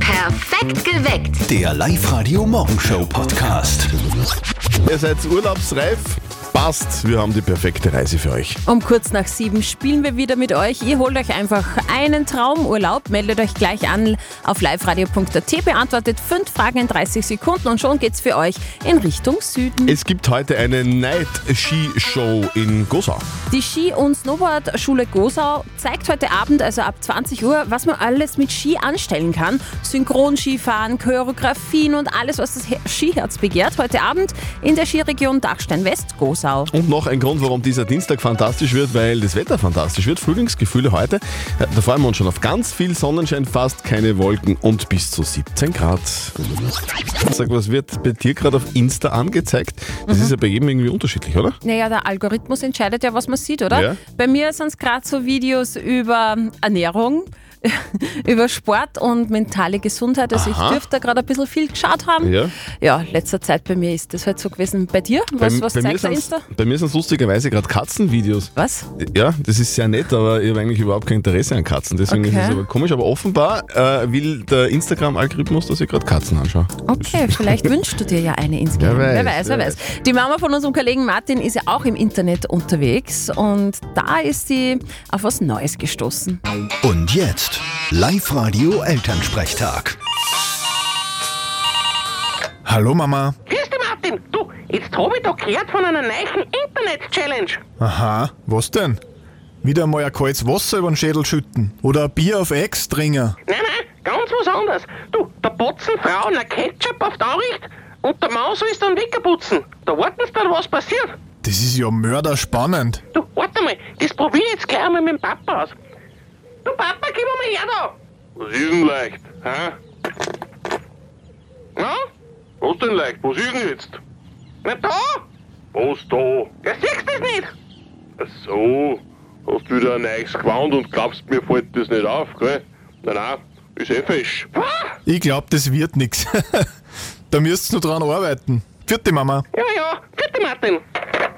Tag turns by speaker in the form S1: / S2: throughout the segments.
S1: Perfekt geweckt.
S2: Der Live-Radio-Morgenshow-Podcast.
S3: Ihr seid urlaubsreif? Passt, wir haben die perfekte Reise für euch.
S4: Um kurz nach sieben spielen wir wieder mit euch. Ihr holt euch einfach einen Traumurlaub, meldet euch gleich an auf liveradio.at, beantwortet fünf Fragen in 30 Sekunden und schon geht's für euch in Richtung Süden.
S3: Es gibt heute eine Night Ski Show in Gosau.
S4: Die Ski- und Snowboard-Schule Gosau zeigt heute Abend, also ab 20 Uhr, was man alles mit Ski anstellen kann. Synchronskifahren, Choreografien und alles, was das He- Skiherz begehrt. Heute Abend in der Skiregion Dachstein-West, Gosau.
S3: Und noch ein Grund, warum dieser Dienstag fantastisch wird, weil das Wetter fantastisch wird. Frühlingsgefühle heute. Ja, Da freuen wir uns schon auf ganz viel Sonnenschein, fast keine Wolken und bis zu 17 Grad. Sag, was wird bei dir gerade auf Insta angezeigt?
S4: Mhm.
S3: Das ist ja bei jedem irgendwie unterschiedlich, oder?
S4: Naja, der Algorithmus entscheidet ja, was man sieht, oder?
S3: Ja.
S4: Bei mir sind es gerade so Videos über Ernährung, über Sport und mentale Gesundheit. Also
S3: Aha.
S4: ich dürfte da gerade ein bisschen viel geschaut haben.
S3: Ja.
S4: ja, letzter Zeit bei mir ist das halt so gewesen. Bei dir? Was,
S3: bei,
S4: was
S3: bei mir
S4: zeigt der
S3: sind's-
S4: Insta?
S3: bei mir sind es lustigerweise gerade Katzenvideos.
S4: Was?
S3: Ja, das ist sehr nett, aber ich habe eigentlich überhaupt kein Interesse an Katzen. Deswegen
S4: Okay.
S3: ist es aber komisch. Aber offenbar äh, will der Instagram-Algorithmus, dass ich gerade Katzen anschaue.
S4: Okay, vielleicht wünschst du dir ja eine insgeheim.
S3: Wer weiß,
S4: wer weiß,
S3: wer
S4: wer weiß. Die Mama von unserem Kollegen Martin ist ja auch im Internet unterwegs und da ist sie auf was Neues gestoßen.
S2: Und jetzt Live-Radio Elternsprechtag.
S5: Hallo Mama.
S6: Grüß dich, Martin. Du, jetzt hab ich da gehört von einer neuen Internet-Challenge.
S5: Aha, was denn? Wieder mal ein kaltes Wasser über den Schädel schütten oder ein Bier auf Ex trinken.
S6: Nein, nein, ganz was anderes. Du, da botzen Frauen ein Ketchup auf die Anricht und der Mann soll es dann wegputzen. Da warten sie dann, was passiert.
S5: Das ist ja mörderspannend.
S6: Du, warte mal, das probier ich jetzt gleich einmal mit dem Papa aus. Du, Papa, gib mir mal her da.
S7: Was ist denn leicht? Hä?
S6: Na?
S7: Was denn leicht? Was ist denn jetzt?
S6: Na da?
S7: Was da?
S6: Ja, siehst du das nicht?
S7: Ach so, hast wieder ein neues Gewand und glaubst, mir fällt das nicht auf, gell? Nein, nein, ist eh fesch.
S6: Ah,
S5: Ich glaub, das wird nix. da müsst ihr noch dran arbeiten. Vierte Mama.
S6: ja, ja. Bitte, Martin.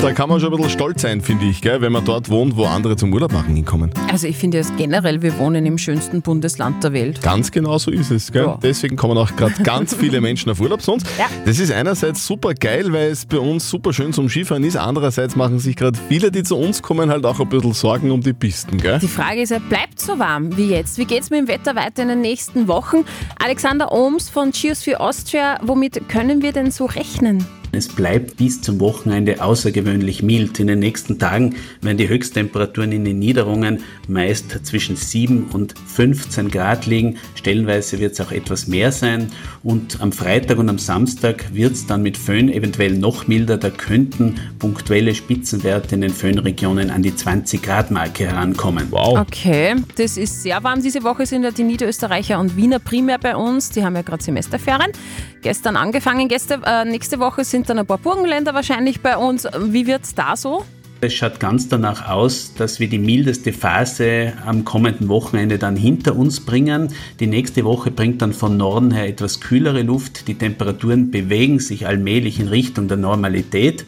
S3: Da kann man schon ein bisschen stolz sein, finde ich, gell? wenn man dort wohnt, wo andere zum Urlaub machen hinkommen.
S4: Also ich finde es generell, wir wohnen im schönsten Bundesland der Welt.
S3: Ganz genau so ist es. Gell?
S4: Ja.
S3: Deswegen kommen auch gerade ganz viele Menschen auf Urlaub zu uns.
S4: Ja.
S3: Das ist einerseits super geil, weil es bei uns super schön zum Skifahren ist. Andererseits machen sich gerade viele, die zu uns kommen, halt auch ein bisschen Sorgen um die Pisten. Gell?
S4: Die Frage ist ja, bleibt so warm wie jetzt? Wie geht's mit dem Wetter weiter in den nächsten Wochen? Alexander Ohms von Cheers for Austria, womit können wir denn so rechnen?
S8: Es bleibt bis zum Wochenende außergewöhnlich mild. In den nächsten Tagen werden die Höchsttemperaturen in den Niederungen meist zwischen 7 und 15 Grad liegen. Stellenweise wird es auch etwas mehr sein. Und am Freitag und am Samstag wird es dann mit Föhn eventuell noch milder. Da könnten punktuelle Spitzenwerte in den Föhnregionen an die 20 Grad Marke herankommen.
S3: Wow.
S4: Okay, das ist sehr warm. Diese Woche sind ja die Niederösterreicher und Wiener primär bei uns. Die haben ja gerade Semesterferien. Gestern angefangen. Gestern, äh, nächste Woche sind dann ein paar Burgenländer wahrscheinlich bei uns. Wie wird's da so?
S8: Es schaut ganz danach aus, dass wir die mildeste Phase am kommenden Wochenende dann hinter uns bringen. Die nächste Woche bringt dann von Norden her etwas kühlere Luft. Die Temperaturen bewegen sich allmählich in Richtung der Normalität.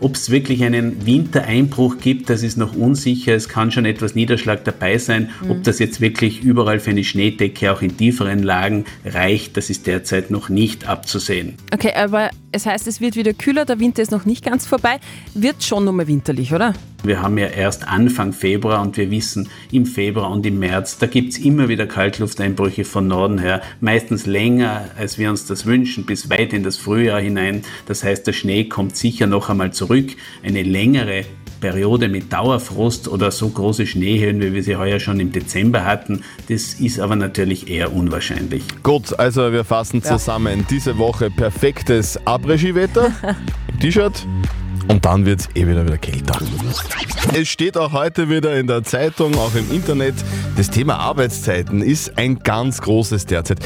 S8: Ob es wirklich einen Wintereinbruch gibt, das ist noch unsicher. Es kann schon etwas Niederschlag dabei sein. Ob das jetzt wirklich überall für eine Schneedecke auch in tieferen Lagen reicht, das ist derzeit noch nicht abzusehen.
S4: Okay, aber es heißt, es wird wieder kühler. Der Winter ist noch nicht ganz vorbei. Wird schon nochmal winterlich, oder?
S8: Wir haben ja erst Anfang Februar und wir wissen, im Februar und im März, da gibt's immer wieder Kaltlufteinbrüche von Norden her, meistens länger, als wir uns das wünschen, bis weit in das Frühjahr hinein. Das heißt, der Schnee kommt sicher noch einmal zurück. Eine längere Periode mit Dauerfrost oder so große Schneehöhen, wie wir sie heuer schon im Dezember hatten, das ist aber natürlich eher unwahrscheinlich.
S3: Gut, also wir fassen zusammen. Diese Woche perfektes Abregie-Wetter, T-Shirt und dann wird es eh wieder, wieder kälter. Es steht auch heute wieder in der Zeitung, auch im Internet, das Thema Arbeitszeiten ist ein ganz großes derzeit.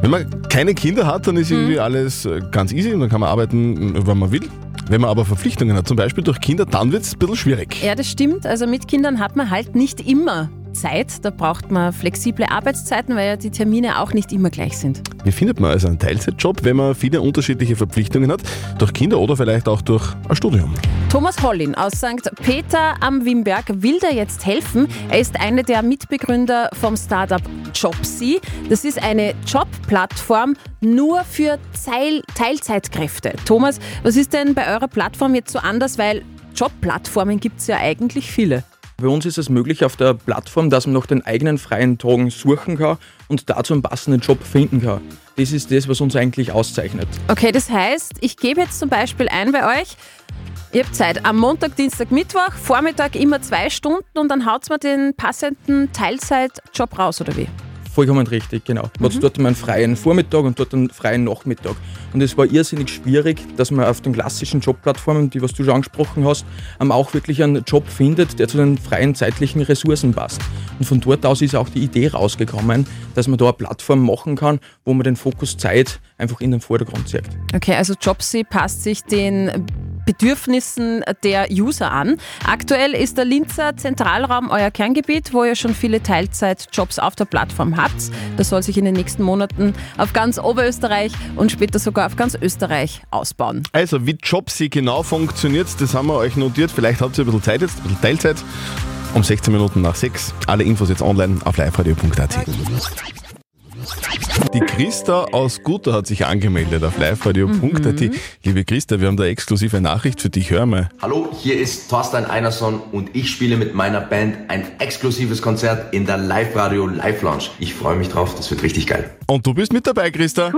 S3: Wenn man keine Kinder hat, dann ist irgendwie alles äh, ganz easy und dann kann man arbeiten, äh, wann man will. Wenn man aber Verpflichtungen hat, zum Beispiel durch Kinder, dann wird es ein bisschen schwierig.
S4: Ja, das stimmt. Also mit Kindern hat man halt nicht immer Zeit. Da braucht man flexible Arbeitszeiten, weil ja die Termine auch nicht immer gleich sind.
S3: Wie findet man also einen Teilzeitjob, wenn man viele unterschiedliche Verpflichtungen hat? Durch Kinder oder vielleicht auch durch ein Studium?
S4: Thomas Hollin aus St. Peter am Wimberg will da jetzt helfen. Er ist einer der Mitbegründer vom Startup Jobsy. Das ist eine Jobplattform nur für Zeil Teilzeitkräfte. Thomas, was ist denn bei eurer Plattform jetzt so anders? Weil Jobplattformen gibt es ja eigentlich viele.
S1: Bei uns ist es möglich auf der Plattform, dass man nach den eigenen freien Tagen suchen kann und dazu einen passenden Job finden kann. Das ist das, was uns eigentlich auszeichnet.
S4: Okay, das heißt, ich gebe jetzt zum Beispiel ein bei euch, ihr habt Zeit am Montag, Dienstag, Mittwoch, Vormittag immer zwei Stunden und dann haut man den passenden Teilzeitjob raus oder wie?
S1: Vollkommen richtig, genau. Man hat dort immer einen freien Vormittag und dort einen freien Nachmittag. Und es war irrsinnig schwierig, dass man auf den klassischen Jobplattformen, die was du schon angesprochen hast, ähm, auch wirklich einen Job findet, der zu den freien zeitlichen Ressourcen passt. Und von dort aus ist auch die Idee rausgekommen, dass man da eine Plattform machen kann, wo man den Fokus Zeit einfach in den Vordergrund zieht.
S4: Okay, also Jobsy passt sich den Bedürfnissen der User an. Aktuell ist der Linzer Zentralraum euer Kerngebiet, wo ihr schon viele Teilzeitjobs auf der Plattform habt. Das soll sich in den nächsten Monaten auf ganz Oberösterreich und später sogar auf ganz Österreich ausbauen.
S3: Also, wie Jobsy genau funktioniert, das haben wir euch notiert. Vielleicht habt ihr ein bisschen Zeit jetzt, ein bisschen Teilzeit. Um 16 Minuten nach 6. Alle Infos jetzt online auf liveradio.at. Die Christa aus Guter hat sich angemeldet auf liveradio.at.
S4: Mhm.
S3: Liebe Christa, wir haben da exklusive Nachricht für dich. Hör mal.
S9: Hallo, hier ist Thorstein Einerson und ich spiele mit meiner Band ein exklusives Konzert in der Live-Radio Live-Lounge. Ich freue mich drauf, das wird richtig geil.
S3: Und du bist mit dabei, Christa.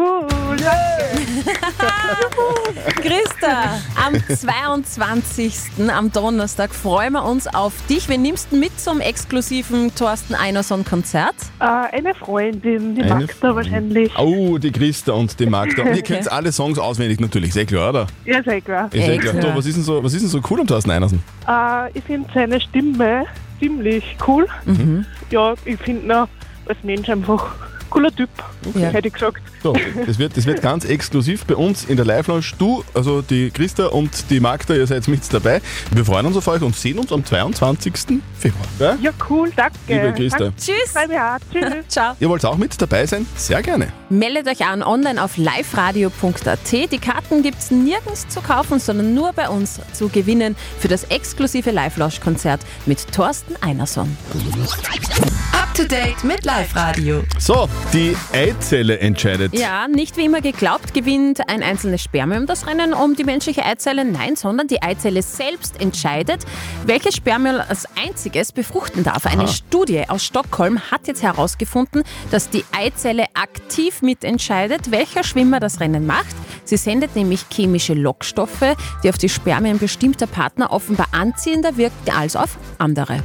S4: Christa, am 22. am Donnerstag freuen wir uns auf dich. Wen nimmst du mit zum exklusiven Thorsten Einerson-Konzert?
S10: Äh, eine Freundin, die
S3: Eine
S10: mag da wahrscheinlich.
S3: Oh, die Christa und die Magda. Und ihr kennt alle Songs auswendig natürlich, sehr klar, oder?
S10: Ja, sehr klar.
S3: Ist ja
S4: Echt,
S3: klar.
S4: ja.
S3: Du, was, ist denn so, was ist denn so cool am Thorsten Einersen?
S10: Äh, ich finde seine Stimme ziemlich cool. Ja, ich finde ihn auch als Mensch einfach cooler Typ,
S4: Ja.
S10: hätte ich gesagt.
S3: So, das wird, das wird ganz exklusiv bei uns in der Live-Lounge. Du, also die Christa und die Magda, ihr seid mit dabei. Wir freuen uns auf euch und sehen uns am 22. Februar. Ja?
S10: Ja, cool, danke.
S3: Liebe Christa,
S10: Danke,
S4: Tschüss.
S10: freue mich auch. Tschüss.
S4: Ciao.
S3: ihr wollt auch mit dabei sein? Sehr gerne.
S4: Meldet euch an online auf liveradio.at. Die Karten gibt's nirgends zu kaufen, sondern nur bei uns zu gewinnen für das exklusive Live-Lounge-Konzert mit Thorsten Einerson.
S11: Up to date mit Live-Radio.
S3: So, die Eizelle entscheidet.
S4: Ja, nicht wie immer geglaubt, gewinnt ein einzelnes Spermium das Rennen um die menschliche Eizelle. Nein, sondern die Eizelle selbst entscheidet, welches Spermium als einziges befruchten darf. Eine Studie aus Stockholm hat jetzt herausgefunden, dass die Eizelle aktiv mitentscheidet, welcher Schwimmer das Rennen macht. Sie sendet nämlich chemische Lockstoffe, die auf die Spermien bestimmter Partner offenbar anziehender wirken als auf andere.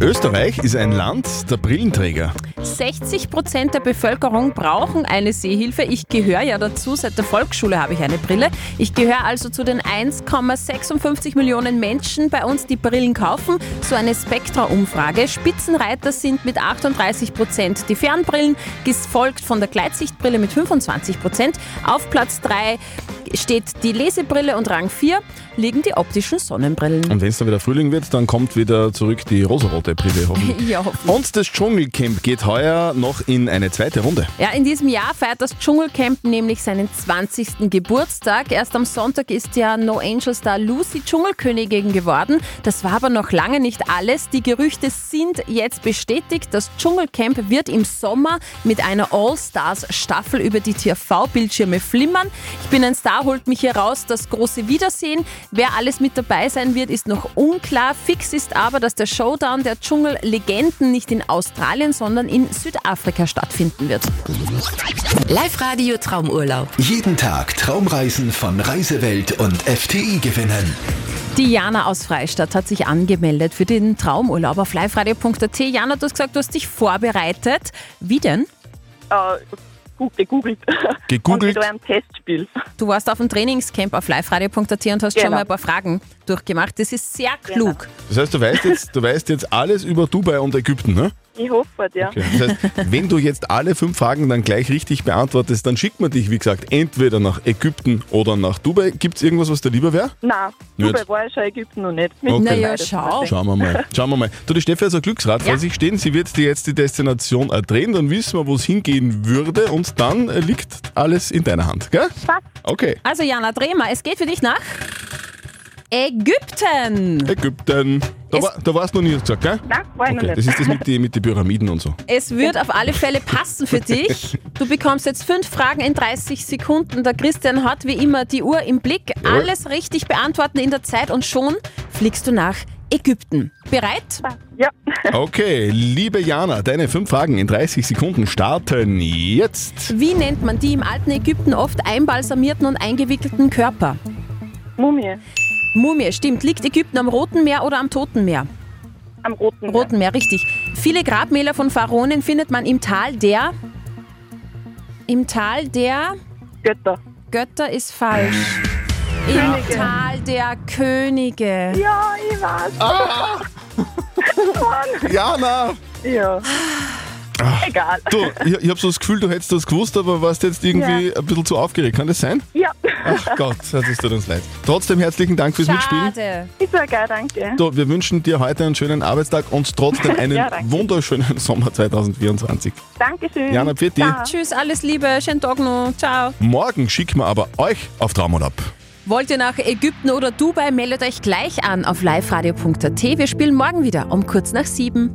S3: Österreich ist ein Land der Brillenträger.
S4: 60 Prozent der Bevölkerung brauchen eine Sehhilfe. Ich gehöre ja dazu, seit der Volksschule habe ich eine Brille. Ich gehöre also zu den 1,56 Millionen Menschen bei uns, die Brillen kaufen. So eine Spektra-Umfrage. Spitzenreiter sind mit 38 Prozent die Fernbrillen, gefolgt von der Gleitsichtbrille mit 25 Prozent. Auf Platz 3 steht die Lesebrille und Rang 4 liegen die optischen Sonnenbrillen.
S3: Und wenn es dann wieder Frühling wird, dann kommt wieder zurück die rosarote Brille. hoffentlich.
S4: Ja, hoffentlich.
S3: Und das Dschungelcamp geht heuer noch in eine zweite Runde.
S4: Ja, in diesem Jahr feiert das Dschungelcamp nämlich seinen 20. Geburtstag. Erst am Sonntag ist ja No Angel Star Lucy Dschungelkönigin geworden. Das war aber noch lange nicht alles. Die Gerüchte sind jetzt bestätigt. Das Dschungelcamp wird im Sommer mit einer All-Stars-Staffel über die TV-Bildschirme flimmern. Ich bin ein Star, holt mich hier raus. Das große Wiedersehen. Wer alles mit dabei sein wird, ist noch unklar. Fix ist aber, dass der Showdown der Dschungel-Legenden nicht in Australien, sondern in Südafrika stattfinden wird.
S11: Live-Radio Traumurlaub.
S2: Jeden Tag Traumreisen von Reisewelt und FTI gewinnen.
S4: Die Jana aus Freistadt hat sich angemeldet für den Traumurlaub auf liveradio.at. Jana, du hast gesagt, du hast dich vorbereitet. Wie denn?
S10: Äh, gu- gegoogelt.
S3: Gegoogelt.
S10: Und mit einem Testspiel.
S4: Du warst auf dem Trainingscamp auf liveradio.at und hast schon
S10: Genau.
S4: mal ein paar Fragen durchgemacht. Das ist sehr klug.
S3: Das heißt, du weißt jetzt, du weißt jetzt alles über Dubai und Ägypten, ne?
S10: Ich hoffe, ja.
S3: Okay. Das heißt, wenn du jetzt alle fünf Fragen dann gleich richtig beantwortest, dann schickt man dich, wie gesagt, entweder nach Ägypten oder nach Dubai. Gibt es irgendwas, was dir lieber wäre?
S10: Nein,
S3: Nicht.
S10: Dubai war ich schon Ägypten noch nicht.
S3: Okay.
S10: Mit
S3: Naja,
S10: beides
S4: schau.
S10: nicht.
S3: Schauen wir mal. Schauen wir mal. Du, die Steffi hat ein Glücksrad vor
S10: Ja.
S3: sich stehen. Sie wird dir jetzt die Destination erdrehen, dann wissen wir, wo es hingehen würde und dann äh, liegt alles in deiner Hand, gell?
S4: Passt.
S3: Okay.
S4: Also Jana, dreh mal. Es geht für dich nach Ägypten.
S3: Ägypten. Da,
S4: Es-
S3: war, da warst du noch nie gesagt, gell?
S10: Nein, war ich noch
S3: Oh, Okay.
S10: nicht.
S3: Das ist das mit den mit die Pyramiden und so.
S4: Es wird auf alle Fälle passen für dich. Du bekommst jetzt fünf Fragen in 30 Sekunden. Der Christian hat wie immer die Uhr im Blick.
S3: Jawohl.
S4: Alles richtig beantworten in der Zeit und schon fliegst du nach Ägypten. Bereit?
S10: Ah, Ja.
S3: Okay, liebe Jana, deine fünf Fragen in 30 Sekunden starten jetzt.
S4: Wie nennt man die im alten Ägypten oft einbalsamierten und eingewickelten Körper?
S10: Mumie,
S4: Mumie, stimmt. Liegt Ägypten am Roten Meer oder am Toten Meer?
S10: am Roten. Meer.
S4: Roten Meer, richtig. Viele Grabmäler von Pharaonen findet man im Tal der. Im Tal der.
S10: Götter.
S4: Götter ist falsch. Im
S10: Könige.
S4: Tal der Könige.
S10: Ja, ich weiß.
S3: Jana!
S10: Ja.
S3: Ah.
S10: Egal.
S3: Du, ich, ich habe so das Gefühl, du hättest das gewusst, aber warst jetzt irgendwie ein bisschen zu aufgeregt. Kann das sein?
S10: Ja.
S3: Ach Gott, das ist tut uns leid. Trotzdem herzlichen Dank fürs Mitspielen.
S4: Schade.
S10: Ist ja geil, danke.
S3: So, wir wünschen dir heute einen schönen Arbeitstag und trotzdem einen
S10: Ja, danke.
S3: wunderschönen Sommer 2024.
S10: Dankeschön.
S3: Jana, pfiat dich.
S10: Ciao.
S4: Tschüss, alles Liebe, schönen Tag noch, ciao.
S3: Morgen schicken wir aber euch auf Traum und ab.
S4: Wollt ihr nach Ägypten oder Dubai, meldet euch gleich an auf liveradio.at. Wir spielen morgen wieder um kurz nach sieben.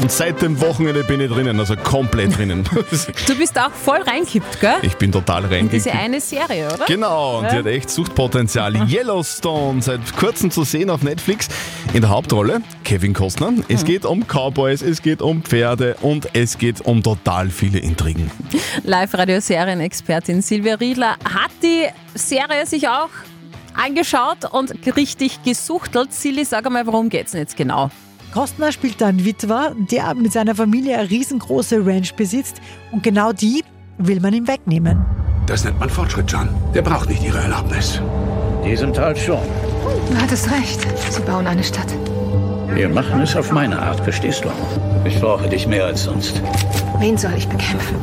S3: Und seit dem Wochenende bin ich drinnen, also komplett drinnen.
S4: Du bist auch voll reinkippt, gell?
S3: ich bin total
S4: Diese
S3: reingekippt.
S4: eine Serie, oder?
S3: Genau, und die hat echt Suchtpotenzial. Yellowstone, seit kurzem zu sehen auf Netflix. In der Hauptrolle Kevin Costner. Es geht um Cowboys, es geht um Pferde und es geht um total viele Intrigen.
S4: Live-Radio-Serienexpertin Silvia Riedler hat die Serie sich auch angeschaut und richtig gesuchtelt. Silly, sag einmal, worum geht's denn jetzt genau?
S12: Kostner spielt dann Witwer, der mit seiner Familie eine riesengroße Ranch besitzt und genau die will man ihm wegnehmen.
S13: Das nennt man Fortschritt, John. Der braucht nicht Ihre Erlaubnis.
S14: Diesem Tal schon.
S15: Du hattest recht. Sie bauen eine Stadt.
S14: Wir machen es auf meine Art, verstehst du? Ich brauche dich mehr als sonst.
S15: Wen soll ich bekämpfen?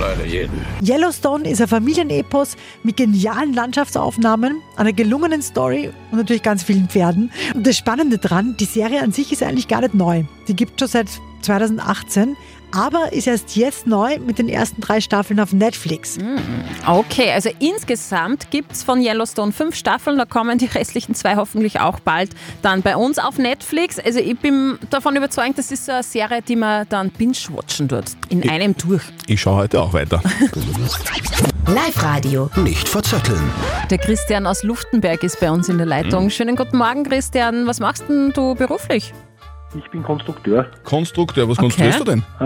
S14: Leider jeden.
S12: Yellowstone ist ein Familienepos mit genialen Landschaftsaufnahmen, einer gelungenen Story und natürlich ganz vielen Pferden. Und das Spannende dran, die Serie an sich ist eigentlich gar nicht neu. Die gibt schon seit 2018, aber ist erst jetzt neu mit den ersten drei Staffeln auf Netflix.
S4: Okay, also insgesamt gibt es von Yellowstone fünf Staffeln, da kommen die restlichen zwei hoffentlich auch bald dann bei uns auf Netflix. Also ich bin davon überzeugt, das ist so eine Serie, die man dann binge-watchen tut, in einem durch.
S3: Ich schaue heute auch weiter.
S11: Live-Radio.
S2: Nicht verzetteln.
S4: Der Christian aus Luftenberg ist bei uns in der Leitung.
S3: Mhm.
S4: Schönen guten Morgen, Christian. Was machst denn du beruflich?
S16: Ich bin Konstrukteur.
S3: Konstrukteur, was
S4: Okay.
S3: konstruierst du denn?
S16: Äh,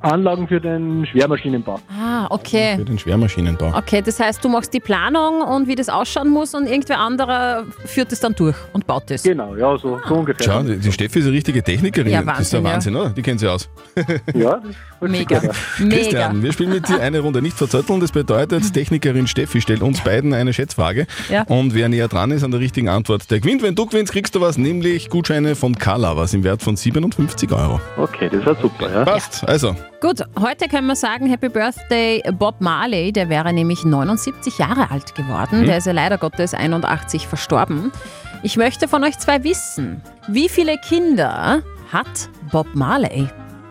S16: Anlagen für den Schwermaschinenbau.
S4: Ah, okay.
S3: Für den Schwermaschinenbau.
S4: Okay, das heißt, du machst die Planung und wie das ausschauen muss und irgendwer anderer führt es dann durch und baut es.
S16: Genau, ja, so, so ungefähr.
S3: Schau, die die Steffi ist eine richtige Technikerin.
S4: Ja,
S3: das ist der
S4: Wahnsinn,
S3: Wahnsinn, oder? Die kennt sie aus.
S16: Ja,
S4: Mega. Mega.
S3: Christian, wir spielen mit dir eine Runde nicht verzötteln. Das bedeutet, Technikerin Steffi stellt uns beiden eine Schätzfrage.
S4: Ja.
S3: Und wer näher dran ist an der richtigen Antwort, der gewinnt. Wenn du gewinnst, kriegst du was, nämlich Gutscheine von Kala, was im Wert von 57 Euro.
S16: Okay, das ist super, ja.
S3: Passt. Also,
S4: Gut, heute können wir sagen Happy Birthday Bob Marley. Der wäre nämlich 79 Jahre alt geworden.
S3: Mhm.
S4: Der ist ja leider Gottes 81 verstorben. Ich möchte von euch zwei wissen, wie viele Kinder hat Bob Marley?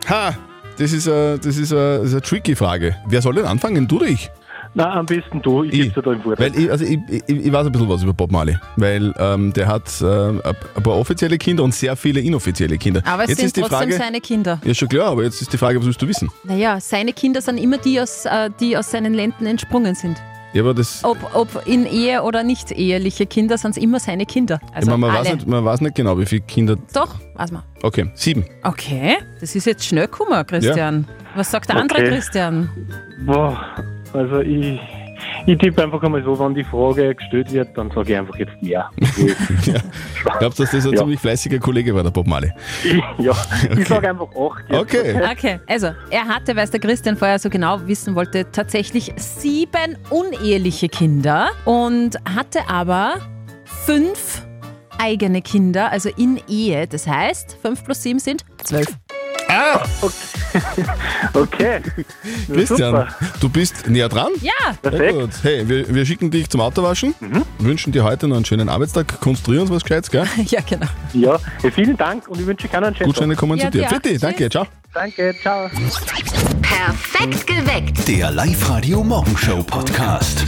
S3: ha, das ist eine, das ist eine, das ist eine tricky Frage. Wer soll denn anfangen? Du oder ich?
S16: Nein, am besten du, ich, gebe dir da im Vorteil.
S3: Weil ich, also ich, ich, ich weiß ein bisschen was über Bob Marley, weil ähm, der hat äh, ein ein paar offizielle Kinder und sehr viele inoffizielle Kinder.
S4: Aber es
S3: jetzt
S4: sind
S3: ist die
S4: trotzdem
S3: Frage,
S4: seine Kinder.
S3: Ja, schon klar, aber jetzt ist die Frage, was willst du wissen?
S4: Naja, seine Kinder sind immer die, aus, äh, die aus seinen Lenden entsprungen sind.
S3: Ja, aber das,
S4: Ob, ob in Ehe oder nicht eheliche Kinder, sind es immer seine Kinder.
S3: ich
S4: Also
S3: mein, man,
S4: alle.
S3: weiß nicht, man weiß nicht genau, wie viele Kinder.
S4: Doch, weiß man.
S3: Okay, sieben.
S4: Okay, das ist jetzt schnell gekommen, Christian. Was sagt der andere
S16: Okay.
S4: Christian?
S16: Boah, also ich, ich tippe einfach einmal so, wenn die Frage gestellt wird, dann sage ich einfach jetzt mehr.
S3: ja. Glaubst du, dass das ein ziemlich fleißiger Kollege war, der Bob Marley?
S16: ja, ich sage einfach acht. jetzt.
S3: Okay.
S4: Okay, also er hatte, weil es der Christian vorher so genau wissen wollte, tatsächlich sieben uneheliche Kinder und hatte aber fünf eigene Kinder, also in Ehe. Das heißt, 5 plus 7 sind 12.
S3: Ah!
S16: Okay.
S3: Christian, du bist näher dran?
S4: Ja.
S3: Sehr gut. Hey, wir, wir schicken dich zum Autowaschen,
S16: Mhm.
S3: wünschen dir heute noch einen schönen Arbeitstag, konstruieren uns was Gescheites, gell?
S4: Ja, genau.
S16: Ja, vielen Dank und ich wünsche euch einen schönen
S3: Gutscheine kommen zu dir. Fitti, danke, ciao.
S16: Danke, ciao.
S11: Perfekt geweckt.
S2: Der Live-Radio Morgenshow Podcast.